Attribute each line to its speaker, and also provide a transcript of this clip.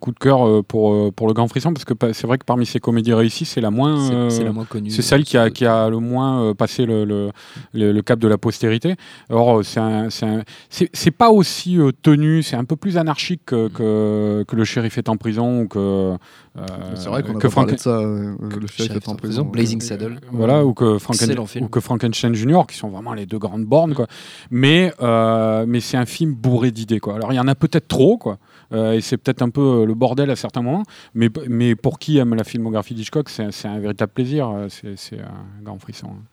Speaker 1: coup de cœur euh, pour, euh, pour le Grand Frisson, parce que pa- c'est vrai que parmi ces comédies réussies, c'est la moins. euh,
Speaker 2: C'est c'est la moins connue. euh,
Speaker 1: c'est celle qui a, qui a le moins euh, passé le, le, le- le cap de la postérité. Or, euh, c'est un- c'est un- c'est- c'est pas aussi euh, tenu, c'est un peu plus anarchique que, que, que Le shérif est en prison ou que. euh,
Speaker 3: C'est vrai qu'on a
Speaker 1: que
Speaker 3: pas
Speaker 1: Frank-
Speaker 3: parlé de ça. euh, le chef est en prison.
Speaker 2: Blazing
Speaker 3: Euh,
Speaker 2: Saddle.
Speaker 1: voilà, ou que, Franken-
Speaker 2: Excellent film.
Speaker 1: ou que Frankenstein Junior, qui sont vraiment les deux grandes bornes. Quoi. Mais, euh, mais c'est un film bourré d'idées. Quoi. Alors il y en a peut-être trop, quoi. Euh, et c'est peut-être un peu euh, le bordel à certains moments. Mais, mais pour qui aime la filmographie d'Hitchcock, c'est, c'est un véritable plaisir. Euh, C'est, c'est un grand frisson. hein.